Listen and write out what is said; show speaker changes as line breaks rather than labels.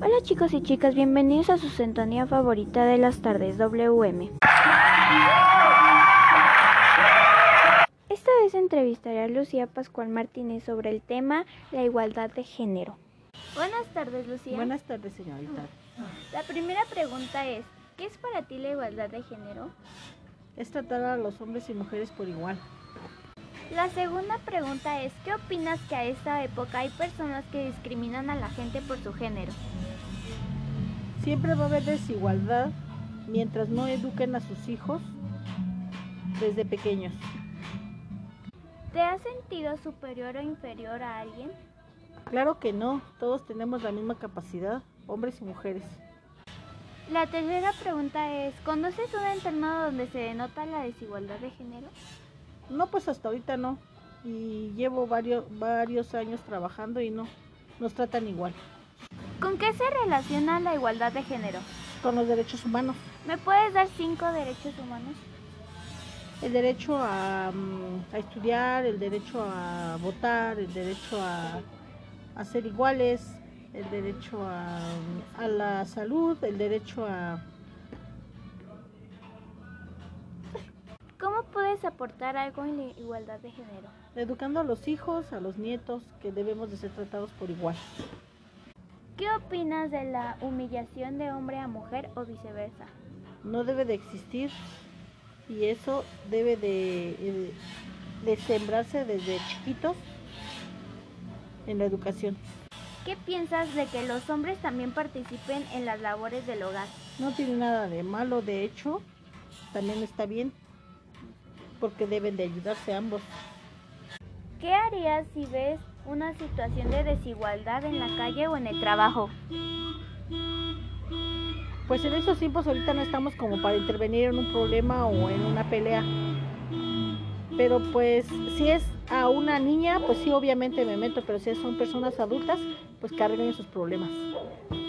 Hola chicos y chicas, bienvenidos a su sintonía favorita de las tardes, WM. Esta vez entrevistaré a Lucía Pascual Martínez sobre el tema la igualdad de género. Buenas tardes, Lucía.
Buenas tardes, señorita.
La primera pregunta es, ¿qué es para ti la igualdad de género?
Es tratar a los hombres y mujeres por igual.
La segunda pregunta es, ¿qué opinas que a esta época hay personas que discriminan a la gente por su género?
Siempre va a haber desigualdad mientras no eduquen a sus hijos desde pequeños.
¿Te has sentido superior o inferior a alguien?
Claro que no, todos tenemos la misma capacidad, hombres y mujeres.
La tercera pregunta es, ¿conoces un entorno donde se denota la desigualdad de género?
No, pues hasta ahorita no. Y llevo varios, varios años trabajando y no, nos tratan igual.
¿Con qué se relaciona la igualdad de género?
Con los derechos humanos.
¿Me puedes dar cinco derechos humanos?
El derecho a, mm, a estudiar, el derecho a votar, el derecho a, a ser iguales, el derecho a, mm, a la salud, el derecho a...
¿Cómo puedes aportar algo en la igualdad de género?
Educando a los hijos, a los nietos, que debemos de ser tratados por igual.
¿Qué opinas de la humillación de hombre a mujer o viceversa?
No debe de existir y eso debe de, eh, de sembrarse desde chiquitos en la educación.
¿Qué piensas de que los hombres también participen en las labores del hogar?
No tiene nada de malo, de hecho, también está bien porque deben de ayudarse ambos.
¿Qué harías si ves una situación de desigualdad en la calle o en el trabajo?
Pues en esos tiempos ahorita no estamos como para intervenir en un problema o en una pelea. Pero pues si es a una niña, pues sí obviamente me meto, pero si son personas adultas, pues carguen sus problemas.